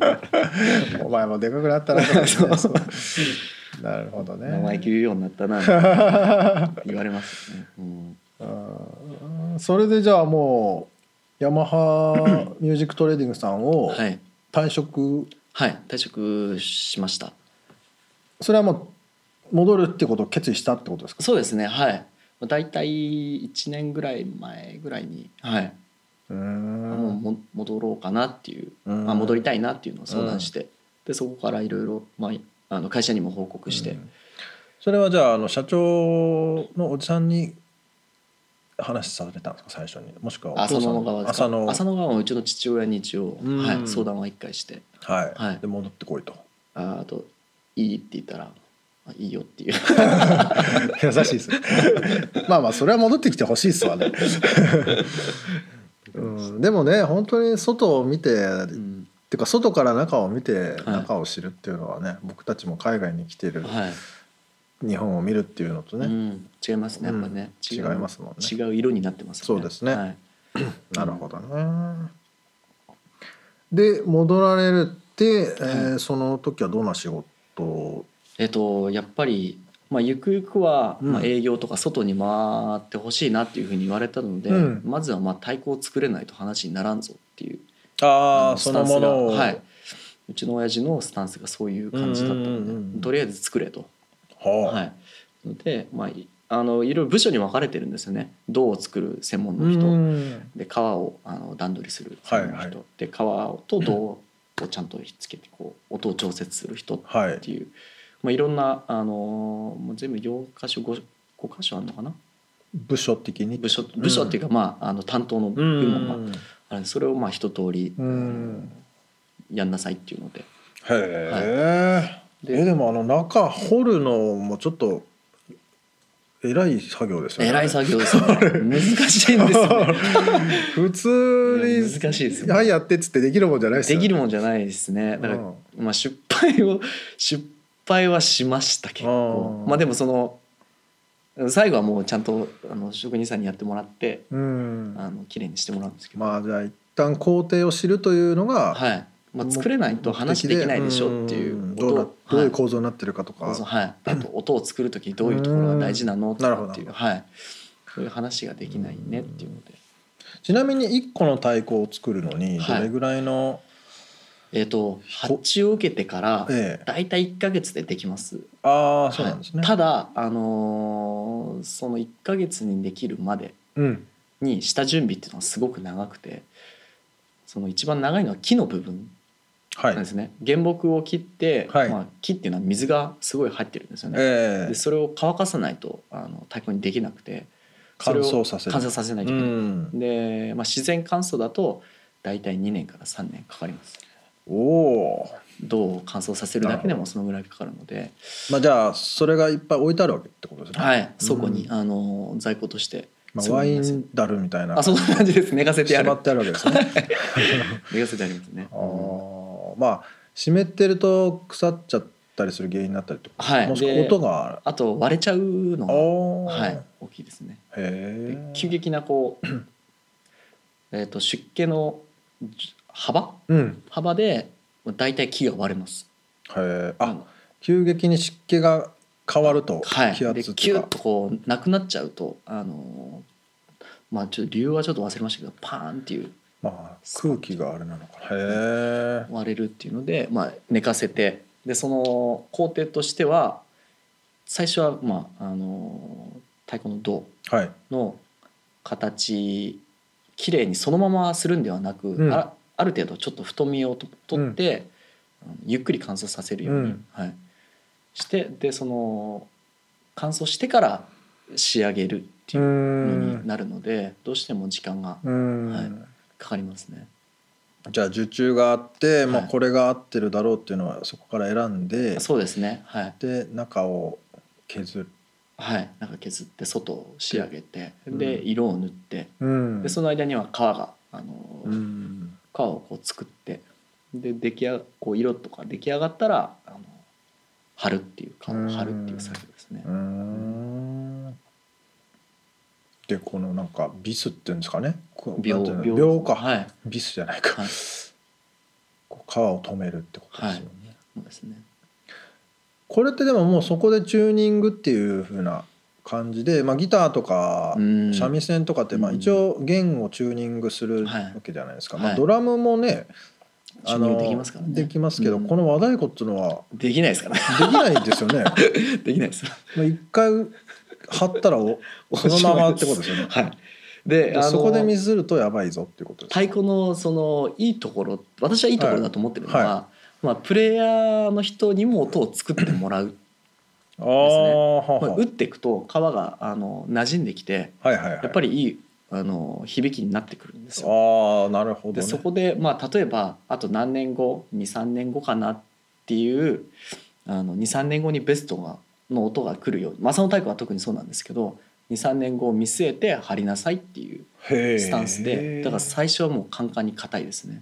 Speaker 2: それお前もでかくなったな、ね、
Speaker 3: そう
Speaker 2: そう なるほどね
Speaker 3: 生意気言うようになっ たな言われますよね、うん
Speaker 2: うんそれでじゃあもうヤマ ハミュージックトレーディングさんを
Speaker 3: はい
Speaker 2: 退職、
Speaker 3: はい退職しました
Speaker 2: それはもう戻るってことを決意したってことですか
Speaker 3: そうですねはい大体1年ぐらい前ぐらいに、はい、
Speaker 2: う
Speaker 3: もうんも戻ろうかなっていう、
Speaker 2: うん
Speaker 3: まあ、戻りたいなっていうのを相談して、でそこからいろいろまああの会社にも報告して、
Speaker 2: うんそれはじゃああの社長のおじさんに話されたんですか最初にもしくはお
Speaker 3: 浅
Speaker 2: 父さん
Speaker 3: 野川ですか
Speaker 2: 浅野
Speaker 3: 浅野川はうちの父親に一応、
Speaker 2: うん
Speaker 3: はい、相談は一回して
Speaker 2: はい、
Speaker 3: はい
Speaker 2: で戻ってこいと
Speaker 3: ああといいって言ったらあいいよっていう
Speaker 2: 優しいです ねまあまあそれは戻ってきてほしいっすわ ね、うん、でもね本当に外を見て、
Speaker 3: う
Speaker 2: っ
Speaker 3: ん
Speaker 2: ていうか外から中を見て
Speaker 3: い
Speaker 2: 中を知るっていうのはね、僕たちも海外に来てる
Speaker 3: はい、
Speaker 2: 日本を見るっていうのとね、
Speaker 3: うん、違いますねやっぱね、
Speaker 2: うん
Speaker 3: う
Speaker 2: 違いますもんね
Speaker 3: 違う色になってますよね
Speaker 2: そうですね
Speaker 3: はい
Speaker 2: なるほどねで戻られるって、えーその時はどんな仕事を
Speaker 3: えっとやっぱり、まあ、ゆくゆくは、
Speaker 2: うん
Speaker 3: まあ、営業とか外に回ってほしいなっていうふうに言われたので、
Speaker 2: うん
Speaker 3: まずはまあ太鼓を作れないと話にならんぞっていう
Speaker 2: あ
Speaker 3: の
Speaker 2: そ
Speaker 3: ス
Speaker 2: の
Speaker 3: タンス
Speaker 2: も
Speaker 3: が
Speaker 2: のを、
Speaker 3: はい、うちの親父のスタンスがそういう感じだった
Speaker 2: う
Speaker 3: の
Speaker 2: んうんうんう
Speaker 3: で
Speaker 2: ん
Speaker 3: とりあえず作れと。
Speaker 2: はあ
Speaker 3: はい、ので、まあ、いあのいろいろ部署に分かれてるんですよね銅を作る専門の人、
Speaker 2: うん
Speaker 3: で革をあの段取りする専門の人、
Speaker 2: はいは
Speaker 3: で革と銅をちゃんとひっつけてこう音を調節する人っ
Speaker 2: はい
Speaker 3: っていう、まあ、いろんな、あのーもう全部4箇所 5, 5箇所あるのかな
Speaker 2: 部署的に
Speaker 3: 部署部署っていうか、まあ、あの担当の部
Speaker 2: う
Speaker 3: 門が、
Speaker 2: ん
Speaker 3: あれそれをまあ一通り、
Speaker 2: うん
Speaker 3: やんなさいっていうので
Speaker 2: へえ、
Speaker 3: で
Speaker 2: えでもあの中掘るのもちょっとえらい作業ですよね
Speaker 3: えらい作業ですよね難 しいんですよね
Speaker 2: 普通
Speaker 3: いや
Speaker 2: に
Speaker 3: 難しいですよね
Speaker 2: はいやってっつってできるもんじゃないです
Speaker 3: で
Speaker 2: よね
Speaker 3: きるもんじゃないですねだから、
Speaker 2: うん
Speaker 3: まあ、失敗を失敗はしました結構
Speaker 2: あー
Speaker 3: まあでもその最後はもうちゃんとあの職人さんにやってもらって
Speaker 2: うん
Speaker 3: あの綺麗にしてもらうんですけど、
Speaker 2: まあじゃあ一旦工程を知るというのが、
Speaker 3: はいまあ、作れないと話できないでしょってい
Speaker 2: ん
Speaker 3: う
Speaker 2: どうな
Speaker 3: 音
Speaker 2: どういう
Speaker 3: はい
Speaker 2: 構造になってるかとか、
Speaker 3: そうそうはい、あと音を作る時どういうところが大事なのと
Speaker 2: なるほ
Speaker 3: か
Speaker 2: ど
Speaker 3: っていう、はい、そういう話ができないねっていうので、
Speaker 2: ちなみに一個の太鼓を作るのにど
Speaker 3: はい
Speaker 2: れぐらいの、
Speaker 3: えっと発注を受けてから
Speaker 2: ええ
Speaker 3: 大体1か月でできます、
Speaker 2: ああそうなんですね、
Speaker 3: はいただ、あのーその1か月にできるまで
Speaker 2: うん
Speaker 3: に下準備っていうのはすごく長くてその一番長いのは木の部分
Speaker 2: はい
Speaker 3: なんですね、原木を切って、
Speaker 2: はい
Speaker 3: まあ、木っていうのは水がすごい入ってるんですよね、
Speaker 2: ええ
Speaker 3: でそれを乾かさないとあの太鼓にできなくてそ
Speaker 2: 乾
Speaker 3: れを
Speaker 2: 燥させる
Speaker 3: 乾燥させないと
Speaker 2: う
Speaker 3: いけない、
Speaker 2: ん、
Speaker 3: で、まあ、自然乾燥だと大体2年から3年かかります
Speaker 2: おお
Speaker 3: 銅を乾燥させるだけでもそのぐらいかかるので
Speaker 2: まあじゃあそれがいっぱい置いてあるわけってことですね、
Speaker 3: はい倉庫に、
Speaker 2: う
Speaker 3: あの在庫として
Speaker 2: まあ、
Speaker 3: そう
Speaker 2: ワイ
Speaker 3: なんですよ
Speaker 2: ンダルみたいな
Speaker 3: あそんな感じです寝かせてや
Speaker 2: し
Speaker 3: る
Speaker 2: まってあるわけですね、
Speaker 3: 寝かせてありますね
Speaker 2: あーまあ湿ってると腐っちゃったりする原因になったりとか、
Speaker 3: はい
Speaker 2: もしくは
Speaker 3: で
Speaker 2: 音が
Speaker 3: あと割れちゃうの
Speaker 2: あ
Speaker 3: が、
Speaker 2: ー
Speaker 3: はい、大きいですねで
Speaker 2: へえ
Speaker 3: 急激なこう えーと出家の幅
Speaker 2: うん
Speaker 3: 幅で大体木が割れます
Speaker 2: へえ
Speaker 3: あ
Speaker 2: あ
Speaker 3: の
Speaker 2: 急激に湿気が変わると
Speaker 3: はい、
Speaker 2: 気
Speaker 3: で
Speaker 2: 圧
Speaker 3: キ
Speaker 2: と
Speaker 3: ュッ
Speaker 2: か、
Speaker 3: とこうなくなっちゃうとあのーまあちょっと理由はちょっと忘れましたけどパーンっていう
Speaker 2: まあ、空気があれなのかなへえ
Speaker 3: 割れるっていうので、まあ、寝かせてでその工程としては最初は、まあ、あのー太鼓の胴
Speaker 2: はい
Speaker 3: の形綺麗にそのままするんではなく、
Speaker 2: うん
Speaker 3: あある程度ちょっと太みをと取って、あのゆっくり乾燥させるように、
Speaker 2: うん
Speaker 3: はい、してでその乾燥してから仕上げるっていうのになるのでどうしても時間が
Speaker 2: うん、
Speaker 3: はいかかりますね。
Speaker 2: じゃあ受注があって、まあ、
Speaker 3: はい
Speaker 2: これが合ってるだろうっていうのはそこから選んで、
Speaker 3: そうですねはい、
Speaker 2: で中を削る、
Speaker 3: はい、なんか削って外を仕上げて、
Speaker 2: うん
Speaker 3: で色を塗って
Speaker 2: うん
Speaker 3: でその間には皮があの、
Speaker 2: うん
Speaker 3: 皮をこう作ってで出来やこう色とか出来上がったらあの貼るっていう皮を貼るっていう作業ですね
Speaker 2: うー。んでこのなんかビスっていうんですかねこうなんていうの秒か、
Speaker 3: はい
Speaker 2: ビスじゃないか、
Speaker 3: はい
Speaker 2: こう皮を止めるってことですよね、
Speaker 3: そうですね。
Speaker 2: これってでももうそこでチューニングっていう風な感じで、まあ、ギターとか
Speaker 3: うん
Speaker 2: 三味線とかってまあ
Speaker 3: うん
Speaker 2: 一応弦をチューニングする
Speaker 3: はい
Speaker 2: わけじゃないですか、
Speaker 3: はい
Speaker 2: まあ、ドラムもね、
Speaker 3: チューニングできますからね
Speaker 2: できますけど、
Speaker 3: うん
Speaker 2: この和太鼓っていうのは
Speaker 3: できないですから ね。
Speaker 2: できないですよ ね
Speaker 3: できないです。
Speaker 2: まあ一回張ったらおそのま まってことですよね
Speaker 3: はい。で、
Speaker 2: で
Speaker 3: あの
Speaker 2: そこでミスるとやばいぞっていうことです
Speaker 3: 太鼓のそのいいところ、私はいいところだと思ってるのは、
Speaker 2: は
Speaker 3: まあプレイヤーの人にも音を作ってもらう。
Speaker 2: あーは
Speaker 3: まあ
Speaker 2: は
Speaker 3: 打っていくと皮があの馴染んできて、
Speaker 2: はいはいはい
Speaker 3: やっぱりいいあの響きになってくるんですよ。
Speaker 2: ああなるほど、
Speaker 3: で
Speaker 2: ね、
Speaker 3: そこで、まあ、例えばあと何年後23年後かなっていうあの23年後にベストがの音が来るように正野太鼓は特にそうなんですけど23年後を見据えて張りなさいっていうス
Speaker 2: ス
Speaker 3: タンスでだから最初はもうカンカンに硬いですね。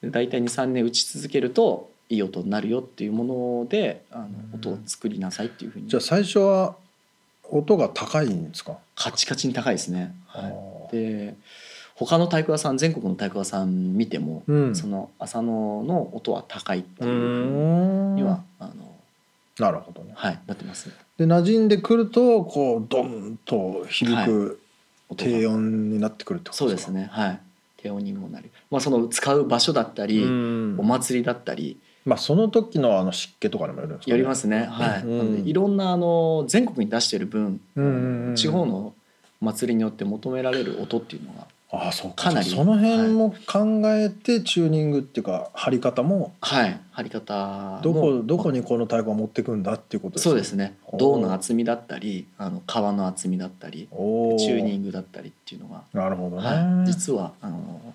Speaker 3: で大体23年打ち続けるといい音になるよっていうものであの
Speaker 2: うん
Speaker 3: 音を作りなさいっていうふうに
Speaker 2: じゃあ最初は音が高いんですか、
Speaker 3: カチカチに高いですね。
Speaker 2: あ
Speaker 3: はい
Speaker 2: ー
Speaker 3: で他の太鼓屋さん全国の太鼓屋さん見ても、
Speaker 2: うん
Speaker 3: その浅野の音は高いって
Speaker 2: う
Speaker 3: いうふう
Speaker 2: ーん
Speaker 3: にはあの
Speaker 2: なるほどね
Speaker 3: はいなってますね。
Speaker 2: で馴染んでくるとこうドンと響く
Speaker 3: 音が
Speaker 2: 低音になってくるってこと
Speaker 3: そうですねはい低音にもなる、まあ、その使う場所だったり、
Speaker 2: うん
Speaker 3: お祭りだったり
Speaker 2: まあその時のあの湿気とかにもよるんですか、ね、
Speaker 3: やりますねはい、
Speaker 2: うん
Speaker 3: なのでいろんなあの全国に出してる分、
Speaker 2: うんうんうん
Speaker 3: 地方の祭りによって求められる音っていうのが
Speaker 2: ああそうか
Speaker 3: かなり
Speaker 2: その辺も考えてチューニングっていうか張り方も
Speaker 3: はい張り方の
Speaker 2: どこどこにこの太鼓を持ってくんだっていうことです
Speaker 3: そう
Speaker 2: ね
Speaker 3: ですね
Speaker 2: おー
Speaker 3: 銅の厚みだったりあの皮の厚みだったり
Speaker 2: お
Speaker 3: チューニ
Speaker 2: グ
Speaker 3: ングだったりっていうのが、
Speaker 2: なるほどね、
Speaker 3: はい、実はあの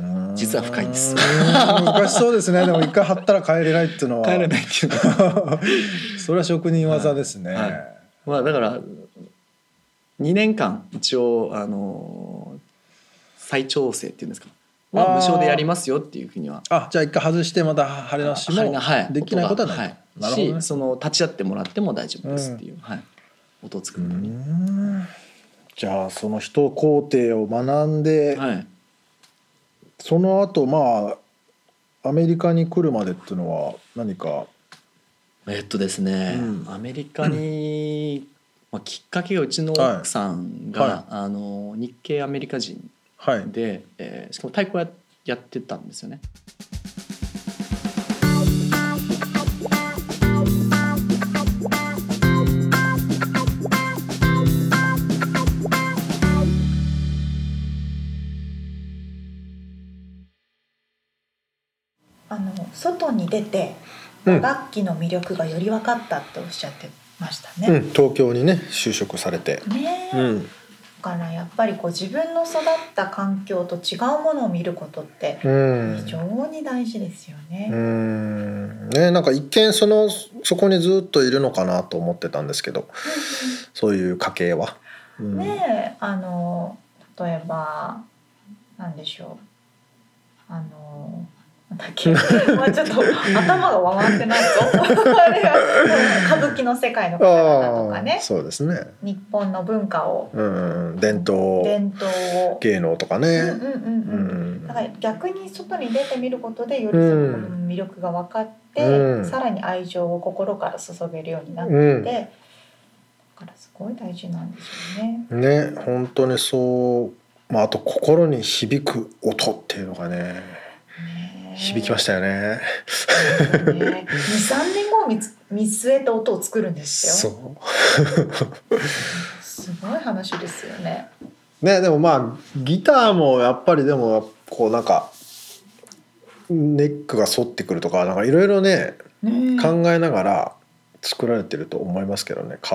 Speaker 2: うーん
Speaker 3: 実は深いんです
Speaker 2: うーん難しそうです ねでも一回張ったら帰れないっていうのは
Speaker 3: 帰れないいっていうか
Speaker 2: それは職人技ですね、
Speaker 3: はいはいまあだから2年間一応あの再調整っていうんですかは無
Speaker 2: あー
Speaker 3: 償でやりますよっていうふうには
Speaker 2: あじゃあ一回外してまた張り直し
Speaker 3: 針が
Speaker 2: も
Speaker 3: はい
Speaker 2: できないことはない
Speaker 3: 音
Speaker 2: なる
Speaker 3: がは
Speaker 2: ほど
Speaker 3: い
Speaker 2: ね
Speaker 3: しその立ち会ってもらっても大丈夫ですっていう、はい、音を作
Speaker 2: うー
Speaker 3: るために、
Speaker 2: んじゃあその一工程を学んで、
Speaker 3: はい、
Speaker 2: その後まあアメリカに来るまでっていうのは何か
Speaker 3: えっとですね、
Speaker 2: うん
Speaker 3: アメリカに、まあ、きっかけがうちの
Speaker 2: はい
Speaker 3: 奥さんが、
Speaker 2: は
Speaker 3: あの日系アメリカ人
Speaker 2: はい
Speaker 3: で、えーしかも太鼓ややってたんですよね。
Speaker 1: あの外に出て
Speaker 2: うん
Speaker 1: 楽器の魅力がより分かったっておっしゃってました
Speaker 2: う
Speaker 1: ね。
Speaker 2: ん、東京にね就職されて、
Speaker 1: ねえ、
Speaker 2: うん、
Speaker 1: だからやっぱりこう自分の育った環境と違うものを見ることって
Speaker 2: うん
Speaker 1: 非常に大事ですよ
Speaker 2: う
Speaker 1: ね。
Speaker 2: んねなんか一見そのそこにずっといるのかなと思ってたんですけどそういう家系は、うん
Speaker 1: ねえあの例えばなんでしょうあのなんだっ けまあちょっと頭が回ってないぞあれは歌舞伎の世界の
Speaker 2: あ
Speaker 1: 方々とか
Speaker 2: あ
Speaker 1: ね
Speaker 2: そうですね、
Speaker 1: 日本の文化を
Speaker 2: うん、伝統
Speaker 1: 伝統を。
Speaker 2: 芸能とかね、
Speaker 1: うんうん
Speaker 2: う
Speaker 1: うんうん
Speaker 2: ん
Speaker 1: だから逆に外に出てみることでよりその子の魅力が分かって、
Speaker 2: うん
Speaker 1: さらに愛情を心から注げるようになって、
Speaker 2: うん
Speaker 1: だからすごい大事なんですよね。
Speaker 2: ね本当にそう、まあ、あと心に響く音っていうのがね
Speaker 1: ね
Speaker 2: 響きましたよね。
Speaker 1: たね。二三年後を見つ見据えて音を作るんですよ。
Speaker 2: そ
Speaker 1: すごい話ですよね。
Speaker 2: うねでもまあギターもやっぱりでもこうなんかネックが反ってくるとかなんかいろいろね
Speaker 1: うん
Speaker 2: 考えながら作られてると思いますけどね皮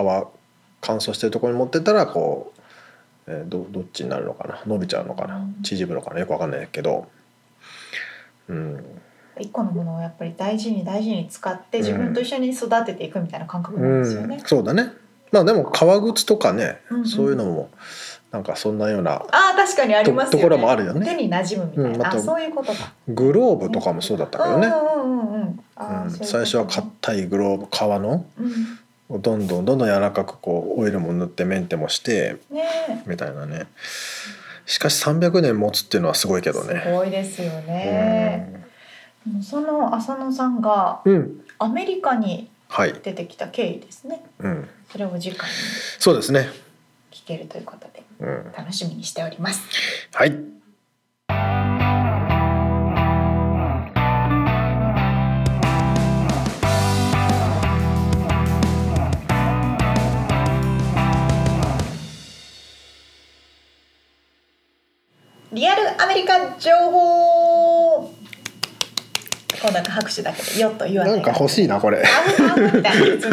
Speaker 2: 乾燥してるところに持ってったらこう、えーどどっちになるのかな伸びちゃうのかな縮むのかなよくわかんないけど。うん、
Speaker 1: 一個のものをやっぱり大事に大事に使って自分と一緒に育てていくみたいな感覚なんですよ
Speaker 2: う
Speaker 1: ね
Speaker 2: ん。そうだねまあでも革靴とかね、
Speaker 1: うんうん
Speaker 2: そういうのもなんかそんなような
Speaker 1: ああ確かにありますよね。
Speaker 2: とところもあるよね
Speaker 1: 手に馴染むみたいな。
Speaker 2: うんまた
Speaker 1: あそういうことか。
Speaker 2: グローブとかもそうだったけどね、
Speaker 1: うんうんうんうんあー
Speaker 2: うん、
Speaker 1: そういうことね
Speaker 2: 最初は硬いグローブ革の
Speaker 1: うん
Speaker 2: をどんどんどんどん柔らかくこうオイルも塗ってメンテもして
Speaker 1: ねえ
Speaker 2: みたいなねしかし300年持つっていうのはすごいけど
Speaker 1: す
Speaker 2: ね
Speaker 1: ごいですよね。もうその浅野さんが
Speaker 2: うん、うん、
Speaker 1: アメリカに
Speaker 2: はい、
Speaker 1: 出てきた経緯ですね。
Speaker 2: うん、
Speaker 1: それを次回に
Speaker 2: そうですね、
Speaker 1: 聞けるということで
Speaker 2: うん、
Speaker 1: 楽しみにしております。
Speaker 2: はい
Speaker 1: リアルアメリカ情報。こうなんか拍手だけでよっと言わな。
Speaker 2: ないんか欲しいなこ
Speaker 1: あ
Speaker 2: れ
Speaker 1: ぶあぶみたいなやつね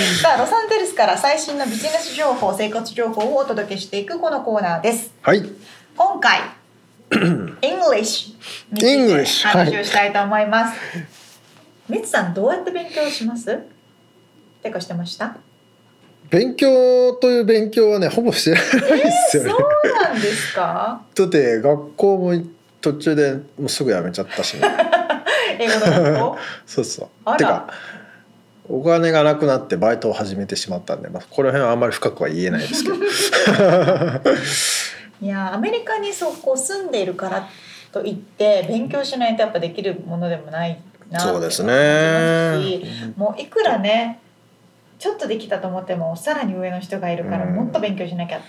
Speaker 1: さあロサンゼルスから最新のビジネス情報生活情報をお届けしていくこのコーナーです
Speaker 2: はい
Speaker 1: 今 回 English について
Speaker 2: English はい
Speaker 1: 話をしたいと思います、みつさんどうやって勉強しますてかしてました
Speaker 2: 勉強という勉強はねほぼしてないです
Speaker 1: そう
Speaker 2: よね、
Speaker 1: なんですか
Speaker 2: だって学校も途中でもうすぐ辞めちゃったし、ね、
Speaker 1: 英語の学 校
Speaker 2: そうそう
Speaker 1: あら
Speaker 2: てかお金がなくなってバイトを始めてしまったんで、まあ、この辺はあんまり深くは言えないですけど
Speaker 1: いやアメリカにそうこう住んでいるからといって勉強しないとやっぱできるものでもないなって
Speaker 2: そうですね
Speaker 1: 感じますしもういくらねちょっとできたと思ってもさらに上の人がいるから
Speaker 2: うん
Speaker 1: もっと勉強しなきゃって、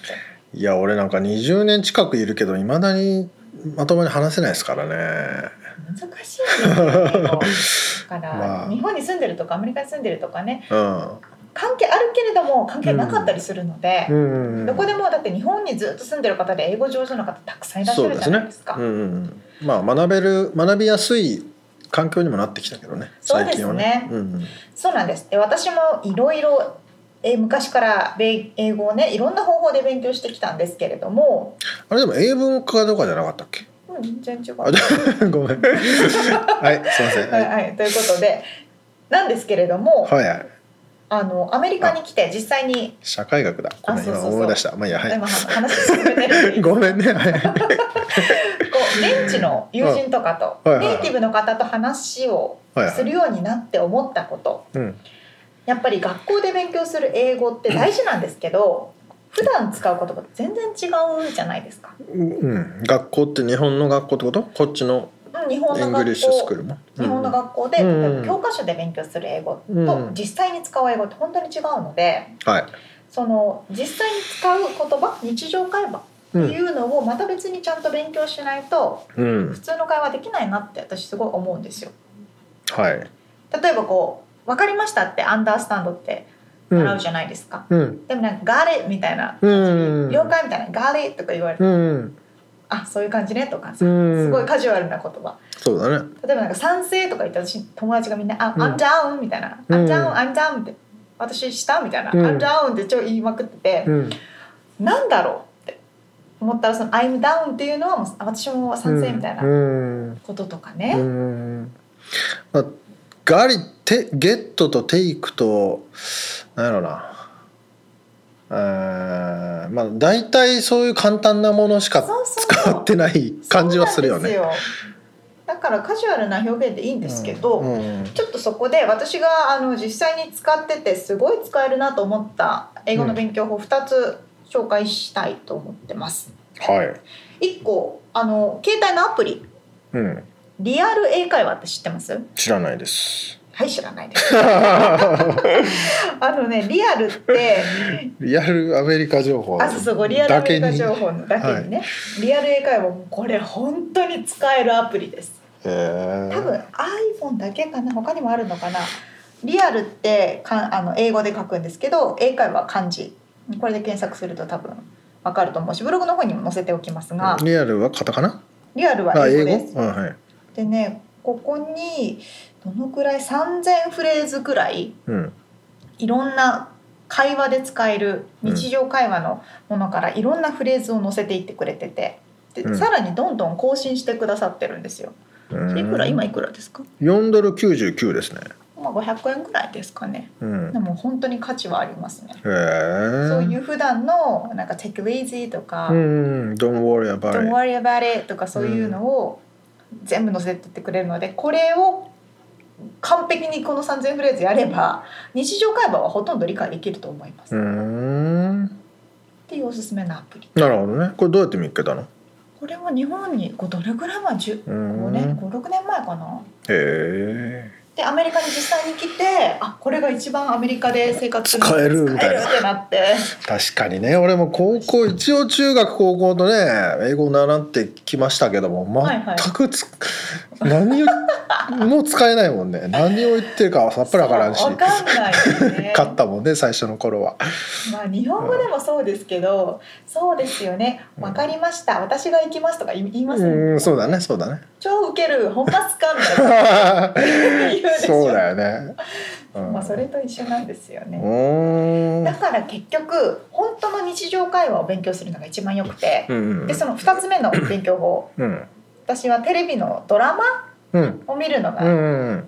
Speaker 2: いや俺なんか20年近くいるけどいまだにまともに話せないですからね
Speaker 1: 難しいですよね英語だから、
Speaker 2: まあ
Speaker 1: 日本に住んでるとかアメリカに住んでるとかね
Speaker 2: うん
Speaker 1: 関係あるけれども関係なかったりするので、
Speaker 2: うん
Speaker 1: どこでもだって日本にずっと住んでる方で英語上手な方たくさんいらっしゃるじゃないですか
Speaker 2: うんうんうん、まあ学べる学びやすい環境にもなってきたけどね
Speaker 1: そう
Speaker 2: 最
Speaker 1: ですね
Speaker 2: 近はねうんうん
Speaker 1: そうなんです。で私もいろいろえー昔から米英語をねいろんな方法で勉強してきたんですけれども、
Speaker 2: あれでも英文化とかじゃなかったっけ
Speaker 1: うん、全然違う。
Speaker 2: あじ ゃごめ んはいすいません
Speaker 1: は、
Speaker 2: はいい
Speaker 1: はい、ということでなんですけれども、
Speaker 2: はいはい
Speaker 1: あのアメリカに来て実際に
Speaker 2: 社会学だごめ
Speaker 1: あ
Speaker 2: ん
Speaker 1: そうそう
Speaker 2: 今
Speaker 1: そう
Speaker 2: 思い出したまあいいやは
Speaker 1: 今
Speaker 2: い
Speaker 1: 話進めてるんでこ
Speaker 2: ごめんねはい
Speaker 1: う現地の友人とか
Speaker 2: うん
Speaker 1: と
Speaker 2: はいはい
Speaker 1: ネ
Speaker 2: はい
Speaker 1: イティブの方と話を
Speaker 2: はいは
Speaker 1: す
Speaker 2: い
Speaker 1: るようになって思ったこと
Speaker 2: うん
Speaker 1: やっぱり学校で勉強する英語って大事なんですけど普段使う言葉と全然違うじゃないですか。
Speaker 2: うん、学校って日本の学校ってことこっちの
Speaker 1: うん日本
Speaker 2: イ
Speaker 1: の
Speaker 2: ングリッ
Speaker 1: 学
Speaker 2: シュス
Speaker 1: 校
Speaker 2: クールも、うん
Speaker 1: 日本の学校で、
Speaker 2: うん
Speaker 1: 例えば教科書で勉強する英語
Speaker 2: う
Speaker 1: と
Speaker 2: ん
Speaker 1: 実際に使う英語って本当に違うので、
Speaker 2: はい、
Speaker 1: その実際に使う言葉日常会話
Speaker 2: う
Speaker 1: ってい
Speaker 2: ん
Speaker 1: うのをまた別にちゃんと勉強しないと
Speaker 2: うん
Speaker 1: 普、通の会話できないなって私すごい思うんですよ。
Speaker 2: はい、
Speaker 1: 例えばこう「分かりました」って「アンダースタンド」って
Speaker 2: う
Speaker 1: 習うんじゃないですか。
Speaker 2: うん
Speaker 1: でもなんか「ガーレ」みたいな「
Speaker 2: うん
Speaker 1: 了解」みたいな「ガーレ」とか言われて
Speaker 2: うん
Speaker 1: 「あそういう感じね」とかさ
Speaker 2: うん
Speaker 1: すごいカジュアルな言葉
Speaker 2: そうだね
Speaker 1: 例えばなんか賛成とか言ったら私友達がみんな「あ、
Speaker 2: うん
Speaker 1: I'm down」みたいな「
Speaker 2: うん
Speaker 1: I'm down I'm down」って私したみたいな「
Speaker 2: う
Speaker 1: I'm
Speaker 2: ん
Speaker 1: down」って超言いまくってて、
Speaker 2: うん
Speaker 1: なんだろうって思ったらその「I'm down」っていうのはもうあ私も賛成みたいな
Speaker 2: うん
Speaker 1: こととか
Speaker 2: う
Speaker 1: ね、
Speaker 2: んまあガリテゲットとテイクとなんやろなあーまあ大体そういう簡単なものしか
Speaker 1: そうそうそう
Speaker 2: 使ってない感じはするよね。
Speaker 1: そうなんですよだからカジュアルな表現でいいんですけど、
Speaker 2: うんうん
Speaker 1: ちょっとそこで私があの実際に使っててすごい使えるなと思った英語の勉強法2つ紹介したいと思ってます。
Speaker 2: はい、
Speaker 1: 1個あの携帯のアプリ
Speaker 2: うん、
Speaker 1: リアル英会話って知ってます
Speaker 2: 知らないです。
Speaker 1: はい知らないです あのねリアル って
Speaker 2: リアルアメリカ情報
Speaker 1: あそうそうこうリアルア
Speaker 2: だ
Speaker 1: メ
Speaker 2: け
Speaker 1: リカ
Speaker 2: に
Speaker 1: 情報のだけにねリアル英会話もこれ本当に使えるアプリです
Speaker 2: へー
Speaker 1: 多分 iPhone だけかな他にもあるのかなリアルってかあの英語で書くんですけど英会話は漢字これで検索すると多分わかると思うしブログの方にも載せておきますが
Speaker 2: リアルはカタカナ？
Speaker 1: リアルは
Speaker 2: あ
Speaker 1: 英
Speaker 2: 英
Speaker 1: 語
Speaker 2: 語？
Speaker 1: です
Speaker 2: うんはい。
Speaker 1: でねここにどのくらい3,000フレーズくらい
Speaker 2: うん
Speaker 1: いろんな会話で使える日常会話のものからいろんなフレーズを載せていってくれててで、
Speaker 2: うん
Speaker 1: さらにどんどん更新してくださってるんですよ。
Speaker 2: うん。
Speaker 1: いくら今いくらですか、
Speaker 2: 4ドル99ですね。
Speaker 1: まあ、500円ぐらいですかね
Speaker 2: うん。
Speaker 1: でも本当に価値はありますね。
Speaker 2: へえ。
Speaker 1: そういう普段のなんか「take it easy」とか
Speaker 2: うん、Don't worry
Speaker 1: 「don't
Speaker 2: about it。
Speaker 1: worry about it」とかそういうのを全部載せてってくれるのでこれを完璧にこの3,000フレーズやれば日常会話はほとんど理解できると思います。
Speaker 2: うー
Speaker 1: っ
Speaker 2: ん。
Speaker 1: ていうおすすめのアプリ。
Speaker 2: なるほどね。これどうやって見っけたの？
Speaker 1: これは日本にこうどれぐらい前10
Speaker 2: うーん
Speaker 1: 5年56年前かな
Speaker 2: へえ。
Speaker 1: でアメリカに実際に来てあこれが一番アメリカで生活する
Speaker 2: 使えるみたいな
Speaker 1: 使えるってなって
Speaker 2: 確かにね、俺も高校一応中学高校とね、英語を習ってきましたけども、
Speaker 1: はいはい
Speaker 2: 全くつ、何をもう使えないもんね。何を言ってるかはさっぱりわからんし
Speaker 1: そう、わかんないよ ね
Speaker 2: 勝ったもんね最初の頃は。
Speaker 1: まあ日本語でもそうですけどそうですよね「わかりました私が行きます」とか言い言います
Speaker 2: う
Speaker 1: ね、
Speaker 2: ん、そうだね、そう だね。
Speaker 1: 超ウケるほんますかみたいな言うでしょ
Speaker 2: そうだよね。うん
Speaker 1: まあそれと一緒なんですよね、
Speaker 2: うーん
Speaker 1: だから結局本当の日常会話を勉強するのが一番よくて、
Speaker 2: うんうん
Speaker 1: でその2つ目の勉強法
Speaker 2: うん
Speaker 1: 私はテレビのドラマ
Speaker 2: うん
Speaker 1: を見るの
Speaker 2: うんう
Speaker 1: が
Speaker 2: んうん。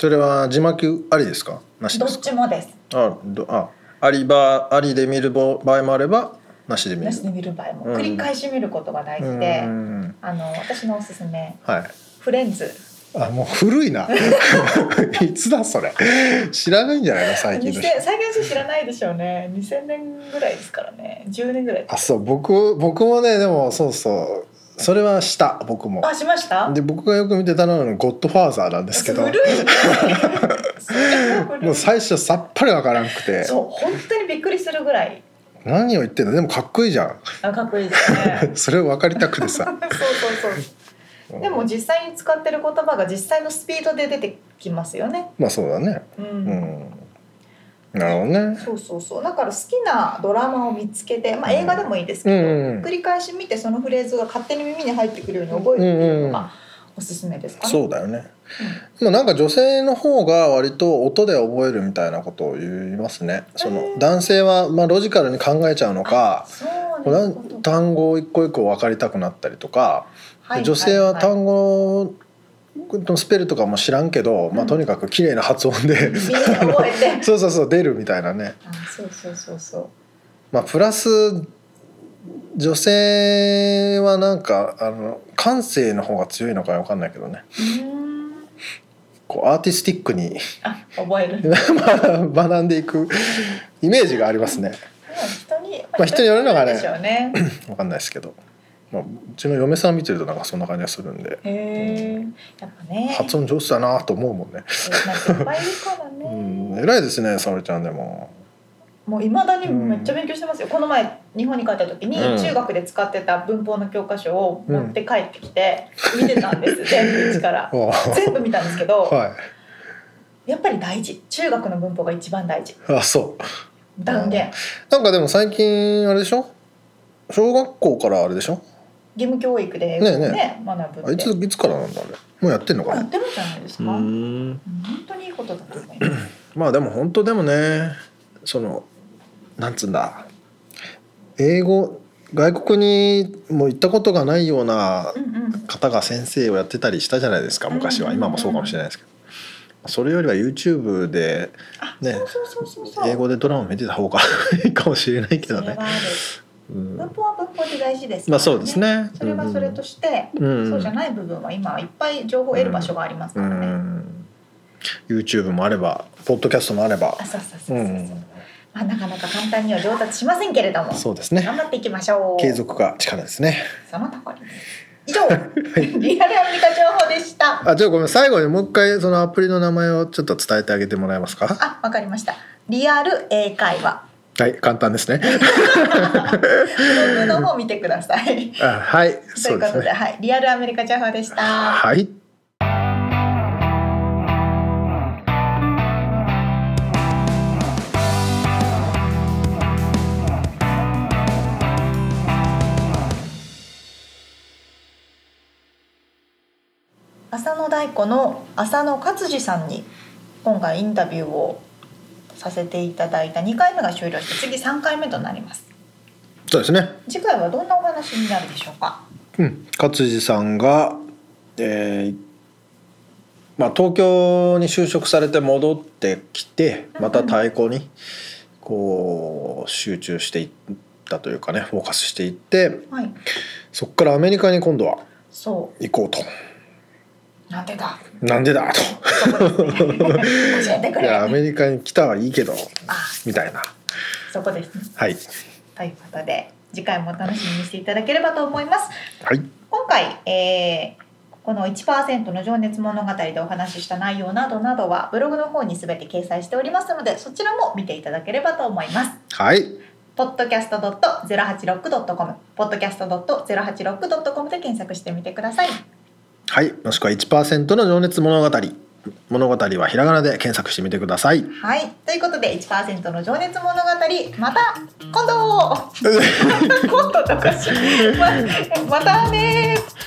Speaker 2: それは字幕ありですかなし
Speaker 1: ど
Speaker 2: です
Speaker 1: っ
Speaker 2: か
Speaker 1: ちもです。
Speaker 2: あどあありばありで見る場合もあればなしで見る
Speaker 1: なしで見る場合も
Speaker 2: うん
Speaker 1: 繰り返し見ることが大事
Speaker 2: う
Speaker 1: で、
Speaker 2: ん
Speaker 1: あの私のおすすめ
Speaker 2: はい
Speaker 1: フレンズ
Speaker 2: あもう古いな いつだそれ知らないんじゃないの最
Speaker 1: 2000
Speaker 2: 近の人
Speaker 1: 再現数知らないでしょうね2000年ぐらいですからね10年ぐらい
Speaker 2: あそう僕僕もねでもそうそうそれはした僕も
Speaker 1: あしました
Speaker 2: で僕がよく見てたのは「ゴッドファーザー」なんですけど
Speaker 1: 古いそれは古い
Speaker 2: もう最初さっぱりわからんくて
Speaker 1: そう本当にびっくりするぐらい
Speaker 2: 何を言ってんのでもかっこいいじゃん
Speaker 1: あかっこいいですね
Speaker 2: それを分かりたく て
Speaker 1: そう
Speaker 2: さ
Speaker 1: そうそうでも実際に使ってる言葉が実際のスピードで出てきますよね
Speaker 2: まあそうだね
Speaker 1: うん、
Speaker 2: うんなるほどね
Speaker 1: そうそうそうだから好きなドラマを見つけて、まあ、映画でもいいですけど、
Speaker 2: うん
Speaker 1: 繰り返し見てそのフレーズが勝手に耳に入ってくるように覚える
Speaker 2: う
Speaker 1: っていうん
Speaker 2: う
Speaker 1: の
Speaker 2: ん
Speaker 1: がおすすめですかね。
Speaker 2: そうだよねでもなんか女性の方が割と音で覚えるみたいなことを言いますねその男性はまあロジカルに考えちゃうのか
Speaker 1: そうな
Speaker 2: なん
Speaker 1: ことか
Speaker 2: 単語を一個一個分かりたくなったりとか
Speaker 1: はい
Speaker 2: 女性は
Speaker 1: はい
Speaker 2: 単語のスペルとかも知らんけど、まあ、とにかく綺麗な発音で、
Speaker 1: はい耳に覚えて
Speaker 2: そうそうそう出るみたいなね、
Speaker 1: あそうそうそうそう
Speaker 2: まあ、プラス女性はなんかあの感性の方が強いのかわかんないけどね
Speaker 1: うーん
Speaker 2: こうアーティスティックに
Speaker 1: あ覚えるでも
Speaker 2: 学んでいくイメージがありますね
Speaker 1: 人に、ま
Speaker 2: まあ人によるのがね
Speaker 1: でしょうね
Speaker 2: わかんないですけど、まあ、うちの嫁さん見てるとなんかそんな感じがするんで
Speaker 1: へえやっぱね
Speaker 2: 発音上手だなと思うもんね、
Speaker 1: なんかいっぱいいるからね、
Speaker 2: うん、偉いですね沙織ちゃんでも。
Speaker 1: もう未だにめっちゃ勉強してますよ、この前日本に帰った時に
Speaker 2: うん
Speaker 1: 中学で使ってた文法の教科書を持って帰ってきて見てたん です、全部一から
Speaker 2: おう
Speaker 1: 全部見たんですけど、
Speaker 2: は
Speaker 1: やっぱり大事中学の文法が一番大事
Speaker 2: い、あそう
Speaker 1: 断言
Speaker 2: なんかでも最近あれでしょ小学校からあれでしょ
Speaker 1: 義務教育で英語をね
Speaker 2: ねえね
Speaker 1: 学ぶって
Speaker 2: あいついつからなんだあれもうやってんの
Speaker 1: もう
Speaker 2: か
Speaker 1: や
Speaker 2: な
Speaker 1: ってるんじゃないです
Speaker 3: う
Speaker 1: か、うん
Speaker 3: ん
Speaker 1: 本当にいいことだと思います
Speaker 2: まあでも本当でもねそのなんつうんだ英語外国にも行ったことがないような
Speaker 1: うんうん
Speaker 2: 方が先生をやってたりしたじゃないですか昔は
Speaker 1: うん
Speaker 2: 今もそうかもしれないですけどそれよりは YouTube で
Speaker 1: あ、
Speaker 2: ね
Speaker 1: そうそうそうそうそう
Speaker 2: 英語でドラマ見てた方がいいかもしれないけど
Speaker 1: それ
Speaker 2: ね
Speaker 1: はある
Speaker 2: うん
Speaker 1: 文法は文法で大事ですから、
Speaker 2: まあそうですね
Speaker 1: それはそれとして、
Speaker 2: うん
Speaker 1: そうじゃない部分は今いっぱい情報を得る場所があります
Speaker 2: う
Speaker 1: からね。
Speaker 2: ん YouTube もあればポッドキャストもあれば
Speaker 1: あ、そうそうそううそうそう、
Speaker 2: ん
Speaker 1: まあなかなか簡単には上達しませんけれども、
Speaker 2: そうですね
Speaker 1: 頑張っていきましょう。
Speaker 2: 継。続が力ですね
Speaker 1: そのところです。以上、リアルアンミカ情報でした。
Speaker 2: あちょっとごめん最後にもう一回そのアプリの名前をちょっと伝えてあげてもらえますか
Speaker 1: あ、わかりました。リアル英会話。
Speaker 2: はい簡単ですね
Speaker 1: ブログの方見てください。
Speaker 2: あはい
Speaker 1: とい
Speaker 2: そううで
Speaker 1: こ
Speaker 2: す
Speaker 1: とで、
Speaker 2: ね
Speaker 1: はい、リアルアメリカ情報でした。
Speaker 2: はい
Speaker 1: 浅野大子の浅野勝次さんに今回インタビューをさせていただいた2回目が終了して次3回目となります
Speaker 2: そうですね
Speaker 1: 次回はどんなお話になるでしょうか
Speaker 2: うん勝地さんが、えーまあ、東京に就職されて戻ってきてまた太鼓にこう集中していったというかねフォーカスしていって
Speaker 1: はい
Speaker 2: そこからアメリカに今度は
Speaker 1: そ
Speaker 2: 行こうと
Speaker 1: うなんでだ
Speaker 2: なんでだと
Speaker 1: そこですね教えてく
Speaker 2: い
Speaker 1: れ
Speaker 2: やア
Speaker 1: あ
Speaker 2: メリカに来たはいいけどみたいな
Speaker 1: そこですね
Speaker 2: はい
Speaker 1: ということで次回もお楽しみにしていただければと思います
Speaker 2: はい
Speaker 1: 今回、えーこの1%の情熱物語でお話しした内容などなどはブログの方に全て掲載しておりますのでそちらも見ていただければと思います
Speaker 2: はい、
Speaker 1: podcast.086.com podcast.086.com で検索してみてください
Speaker 2: はい、もしくは1%の情熱物語物語はひらがなで検索してみてください
Speaker 1: はいということで1%の情熱物語また今度今度とかしままたねー